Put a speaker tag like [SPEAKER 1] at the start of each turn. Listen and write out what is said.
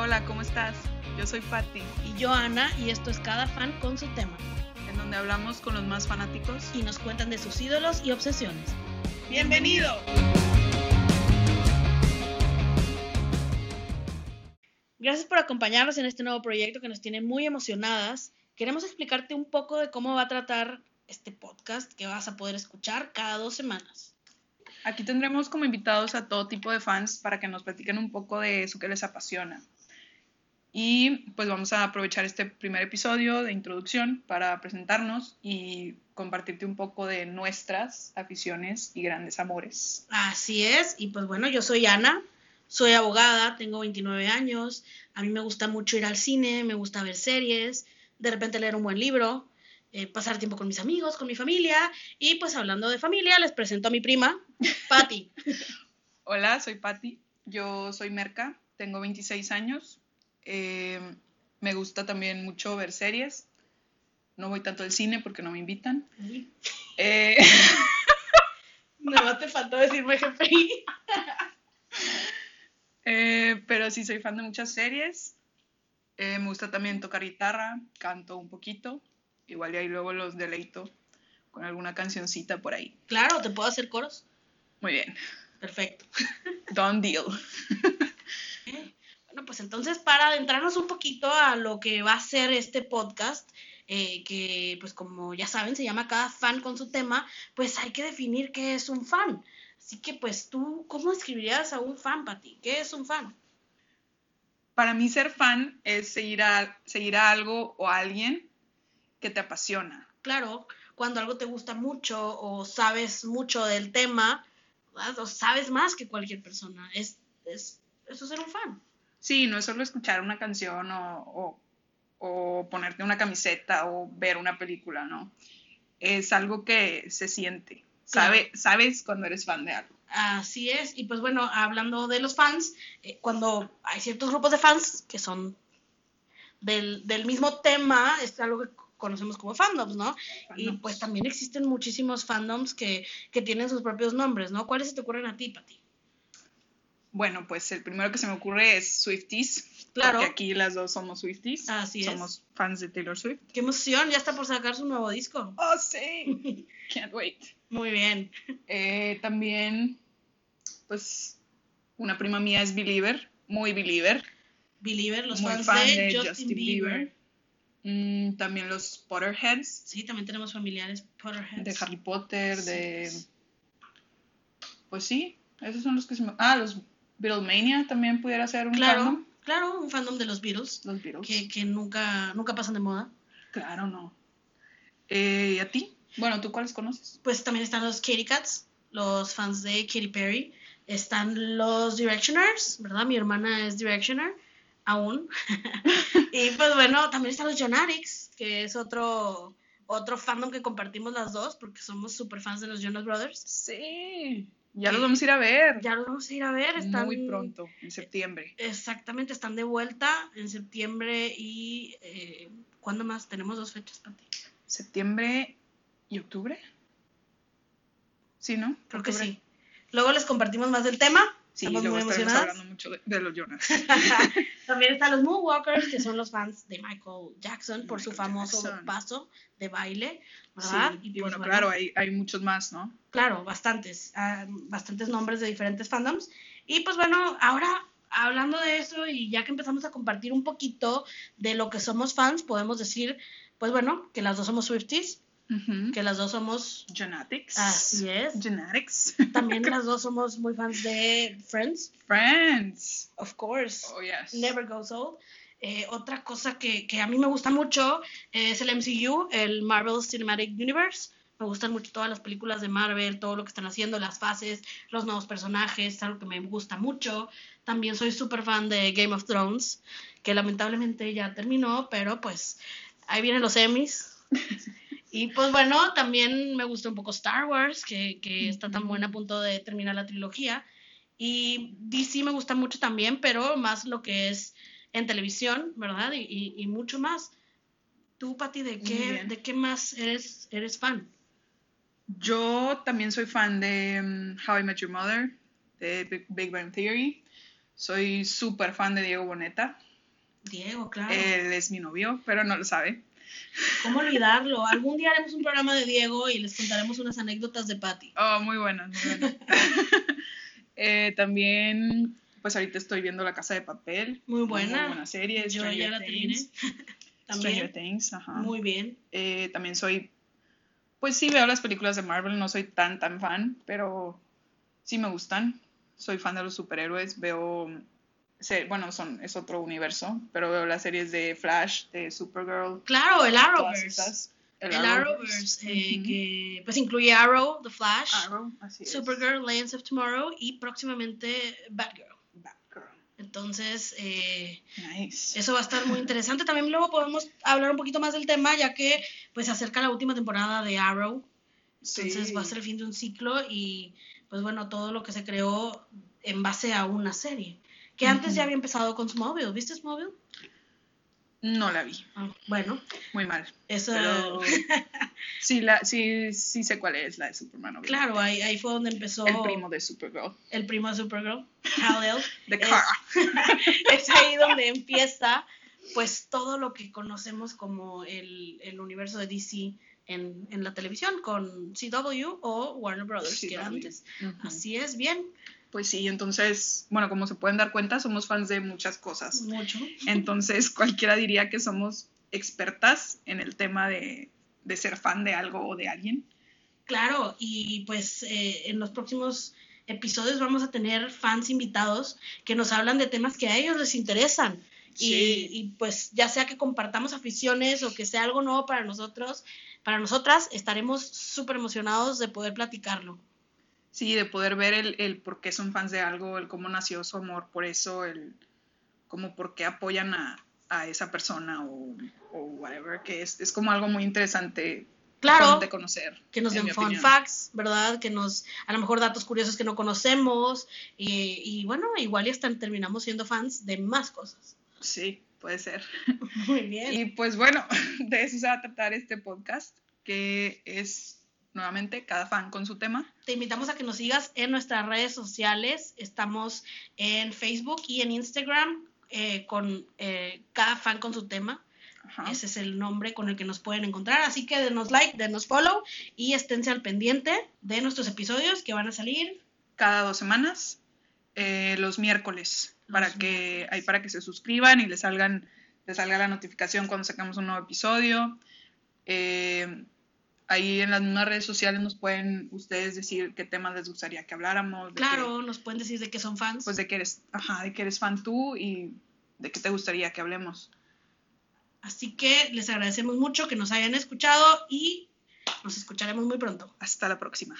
[SPEAKER 1] hola, ¿cómo estás? Yo soy Patti,
[SPEAKER 2] Y yo, Ana, y esto es Cada Fan con su tema.
[SPEAKER 1] en donde hablamos con los más fanáticos.
[SPEAKER 2] Y nos cuentan de sus ídolos y obsesiones.
[SPEAKER 1] ¡Bienvenido!
[SPEAKER 2] Gracias por acompañarnos en este nuevo proyecto que nos tiene muy emocionadas. Queremos explicarte un poco de cómo va a tratar este podcast que vas a poder escuchar cada dos semanas.
[SPEAKER 1] Aquí tendremos como invitados a todo tipo de fans para que nos platiquen un poco de eso que les apasiona. Y pues vamos a aprovechar este primer episodio de introducción para presentarnos y compartirte un poco de nuestras aficiones y grandes amores.
[SPEAKER 2] Así es, y pues bueno, yo soy Ana, soy abogada, tengo 29 años, a mí me gusta mucho ir al cine, me gusta ver series, de repente leer un buen libro, eh, pasar tiempo con mis amigos, con mi familia, y pues hablando de familia, les presento a mi prima, Patti.
[SPEAKER 1] Hola, soy Patti. Yo soy Merca, tengo 26 años. Eh, me gusta también mucho ver series. No voy tanto al cine porque no me invitan. Eh,
[SPEAKER 2] Nada más te faltó decirme jefe.
[SPEAKER 1] eh, pero sí soy fan de muchas series. Eh, me gusta también tocar guitarra, canto un poquito. Igual y ahí luego los deleito con alguna cancioncita por ahí.
[SPEAKER 2] Claro, te puedo hacer coros.
[SPEAKER 1] Muy bien.
[SPEAKER 2] Perfecto.
[SPEAKER 1] Don Deal.
[SPEAKER 2] Bueno, pues entonces para adentrarnos un poquito a lo que va a ser este podcast, eh, que pues como ya saben se llama cada fan con su tema, pues hay que definir qué es un fan. Así que pues tú, ¿cómo escribirías a un fan, Pati? ¿Qué es un fan?
[SPEAKER 1] Para mí ser fan es seguir a, seguir a algo o a alguien que te apasiona.
[SPEAKER 2] Claro, cuando algo te gusta mucho o sabes mucho del tema, ¿verdad? o sabes más que cualquier persona, es, es, eso es ser un fan.
[SPEAKER 1] Sí, no es solo escuchar una canción o, o- o ponerte una camiseta o ver una película, ¿no? Es algo que se siente. Sabe- Sabes cuando eres fan de algo.
[SPEAKER 2] Así es, y pues bueno, hablando de los fans, eh, cuando hay ciertos grupos de fans que son del, del mismo tema, es algo que conocemos como fandoms, ¿no? Y
[SPEAKER 1] Fandoms.
[SPEAKER 2] pues también existen muchísimos fandoms que, que tienen sus propios nombres, ¿no? ¿Cuáles se te ocurren a ti, Pati?
[SPEAKER 1] Bueno, pues el primero que se me ocurre es Swifties.
[SPEAKER 2] Claro.
[SPEAKER 1] Porque aquí las dos somos Swifties.
[SPEAKER 2] Así es.
[SPEAKER 1] somos fans de Taylor Swift.
[SPEAKER 2] ¡Qué emoción! Ya está por sacar su nuevo disco.
[SPEAKER 1] Oh, sí. Can't wait.
[SPEAKER 2] Muy bien.
[SPEAKER 1] Eh, también, pues, una prima mía es Believer, muy Believer.
[SPEAKER 2] Believer, los
[SPEAKER 1] muy
[SPEAKER 2] fans
[SPEAKER 1] fan
[SPEAKER 2] de, Justin, Bieber.
[SPEAKER 1] Mm, también los Potterheads.
[SPEAKER 2] Sí, también tenemos familiares Potterheads.
[SPEAKER 1] de Harry Potter, de... Pues sí, esos son los que se me... Ah, los Beatlemania también pudiera ser un
[SPEAKER 2] Claro,
[SPEAKER 1] fandom.
[SPEAKER 2] claro, un fandom de los Beatles
[SPEAKER 1] Los Beatles.
[SPEAKER 2] que, que nunca, nunca pasan de moda.
[SPEAKER 1] Claro, no. Eh, ¿Y a ti? Bueno, ¿tú cuáles conoces?
[SPEAKER 2] pues también están los Kitty Cats, los fans de Katy Perry. Están los Directioners, ¿verdad? Mi hermana es Directioner, aún. y pues bueno, también están los Jonatics, que es otro, otro fandom que compartimos las dos, porque somos súper fans de los Jonas Brothers.
[SPEAKER 1] Sí. Ya los vamos a ir a ver.
[SPEAKER 2] Eh, Ya los vamos a ir a ver, están
[SPEAKER 1] Muy pronto, en septiembre.
[SPEAKER 2] Exactamente, están de vuelta en septiembre y eh, ¿cuándo más? Tenemos dos fechas, Pati.
[SPEAKER 1] ¿Septiembre y octubre? Sí, ¿no?
[SPEAKER 2] Creo que
[SPEAKER 1] Octubre.
[SPEAKER 2] sí. Luego les compartimos más del tema.
[SPEAKER 1] Sí,
[SPEAKER 2] Estamos
[SPEAKER 1] luego
[SPEAKER 2] muy
[SPEAKER 1] estaremos
[SPEAKER 2] emocionadas.
[SPEAKER 1] hablando mucho de, de los Jonas.
[SPEAKER 2] También están los Moonwalkers, que son los fans de Michael Jackson por su
[SPEAKER 1] Michael
[SPEAKER 2] famoso
[SPEAKER 1] Jackson.
[SPEAKER 2] paso de baile, ¿verdad?
[SPEAKER 1] Sí,
[SPEAKER 2] Y
[SPEAKER 1] y
[SPEAKER 2] pues,
[SPEAKER 1] bueno, claro, eh. hay, hay muchos más, ¿no?
[SPEAKER 2] Claro, bastantes, ah, bastantes nombres de diferentes fandoms. Y pues bueno, ahora hablando de eso y ya que empezamos a compartir un poquito de lo que somos fans, podemos decir, pues bueno, que las dos somos Swifties,
[SPEAKER 1] Ujú.
[SPEAKER 2] que las dos somos...
[SPEAKER 1] Genetics.
[SPEAKER 2] Así es.
[SPEAKER 1] Genetics.
[SPEAKER 2] También las dos somos muy fans de Friends,
[SPEAKER 1] Friends.
[SPEAKER 2] of course.
[SPEAKER 1] Oh, yes.
[SPEAKER 2] Never Goes Old. Eh, otra cosa que, que a mí me gusta mucho eh, es el MCU, el Marvel Cinematic Universe. Me gustan mucho todas las películas de Marvel, todo lo que están haciendo, las fases, los nuevos personajes, es algo que me gusta mucho. También soy súper fan de Game of Thrones, que lamentablemente ya terminó, pero pues ahí vienen los Emmys. Y pues bueno, también me gusta un poco Star Wars, que, que está tan buena a punto de terminar la trilogía. Y DC me gusta mucho también, pero más lo que es en televisión, ¿verdad? Y, y- y mucho más. Tú, Pati, ¿de
[SPEAKER 1] Muy
[SPEAKER 2] qué,
[SPEAKER 1] bien.
[SPEAKER 2] ¿de qué más eres, eres fan?
[SPEAKER 1] Yo también soy fan de mm, How I Met Your Mother, de Big- Big Bang Theory. Soy súper fan de Diego Boneta.
[SPEAKER 2] Diego, claro.
[SPEAKER 1] Él es mi novio, pero no lo sabe.
[SPEAKER 2] ¿Cómo olvidarlo? Algún día haremos un programa de Diego y les contaremos unas anécdotas de Patty.
[SPEAKER 1] Oh, muy buenas, muy buenas. Eh, también, pues ahorita estoy viendo La Casa de Papel.
[SPEAKER 2] Muy buena.
[SPEAKER 1] Muy buena serie.
[SPEAKER 2] Yo ya
[SPEAKER 1] Stranger
[SPEAKER 2] la terminé.
[SPEAKER 1] Things. Stranger
[SPEAKER 2] También.
[SPEAKER 1] Things, ajá.
[SPEAKER 2] Muy bien.
[SPEAKER 1] Eh, también soy, pues sí veo las películas de Marvel, no soy tan, tan fan, pero sí me gustan. Soy fan de los superhéroes, veo, se- bueno, son, es otro universo, pero veo las series de Flash, de Supergirl,
[SPEAKER 2] Claro, el
[SPEAKER 1] todas
[SPEAKER 2] Arrowverse.
[SPEAKER 1] esas.
[SPEAKER 2] El Arrowverse, eh,
[SPEAKER 1] Ujú.
[SPEAKER 2] que pues incluye Arrow, The Flash,
[SPEAKER 1] Arrow, así es.
[SPEAKER 2] Supergirl, Legends of Tomorrow y próximamente Batgirl.
[SPEAKER 1] Batgirl.
[SPEAKER 2] Entonces, eh,
[SPEAKER 1] Nice.
[SPEAKER 2] eso va a estar muy interesante. También luego podemos hablar un poquito más del tema, ya que pues se acerca la última temporada de Arrow. Entonces
[SPEAKER 1] Sí.
[SPEAKER 2] va a ser el fin de un ciclo y pues bueno, todo lo que se creó en base a una serie. Que antes
[SPEAKER 1] Ujú.
[SPEAKER 2] ya había empezado con Smallville. ¿Viste Smallville?
[SPEAKER 1] No la vi,
[SPEAKER 2] Ah, bueno,
[SPEAKER 1] muy mal.
[SPEAKER 2] eso...
[SPEAKER 1] Pero sí, la, sí, sí sé cuál es la de Superman. obviamente.
[SPEAKER 2] Claro, ahí, ahí fue donde empezó
[SPEAKER 1] El primo de Supergirl.
[SPEAKER 2] el primo de Supergirl, Hal-El.
[SPEAKER 1] The
[SPEAKER 2] Es-
[SPEAKER 1] Car.
[SPEAKER 2] es ahí donde empieza pues todo lo que conocemos como el, el universo de DC en, en la televisión con CW o Warner Brothers, que era
[SPEAKER 1] CW.
[SPEAKER 2] antes.
[SPEAKER 1] Ujú.
[SPEAKER 2] Así es, bien,
[SPEAKER 1] Pues sí, entonces, bueno, como se pueden dar cuenta, somos fans de muchas cosas.
[SPEAKER 2] mucho.
[SPEAKER 1] Entonces, cualquiera diría que somos expertas en el tema de, de ser fan de algo o de alguien.
[SPEAKER 2] Claro, y pues eh, en los próximos episodios vamos a tener fans invitados que nos hablan de temas que a ellos les interesan.
[SPEAKER 1] Sí.
[SPEAKER 2] Y, y, pues ya sea que compartamos aficiones o que sea algo nuevo para nosotros, para nosotras, estaremos súper emocionados de poder platicarlo.
[SPEAKER 1] Sí, de poder ver el, el por qué son fans de algo, el cómo nació su amor por eso, el cómo por qué apoyan a, a esa persona o, o whatever, que es, es como algo muy interesante
[SPEAKER 2] Claro,
[SPEAKER 1] de conocer.
[SPEAKER 2] que nos
[SPEAKER 1] en
[SPEAKER 2] den
[SPEAKER 1] mi
[SPEAKER 2] fun
[SPEAKER 1] opinión.
[SPEAKER 2] facts, ¿verdad? Que nos, a lo mejor datos curiosos que no conocemos y, y bueno, igual y hasta terminamos siendo fans de más cosas.
[SPEAKER 1] Sí, puede ser.
[SPEAKER 2] Muy bien.
[SPEAKER 1] Y pues bueno, de eso se va a tratar este podcast, que es nuevamente cada fan con su tema.
[SPEAKER 2] Te invitamos a que nos sigas en nuestras redes sociales. Estamos en Facebook y en Instagram eh, con eh, cada fan con su tema.
[SPEAKER 1] Ajá.
[SPEAKER 2] Ese es el nombre con el que nos pueden encontrar. Así que denos like, denos follow y esténse al pendiente de nuestros episodios que van a salir.
[SPEAKER 1] Cada dos semanas, eh, los miércoles,
[SPEAKER 2] Los
[SPEAKER 1] para que ahí para que se suscriban y les salgan, les salga la notificación cuando sacamos un nuevo episodio. Eh, ahí en las mismas redes sociales nos pueden ustedes decir qué temas les gustaría que habláramos, de qué-
[SPEAKER 2] Claro, nos pueden decir de qué son fans.
[SPEAKER 1] pues de que eres, ajá, de que eres fan tú y de qué te gustaría que hablemos.
[SPEAKER 2] Así que les agradecemos mucho que nos hayan escuchado y nos escucharemos muy pronto.
[SPEAKER 1] Hasta la próxima.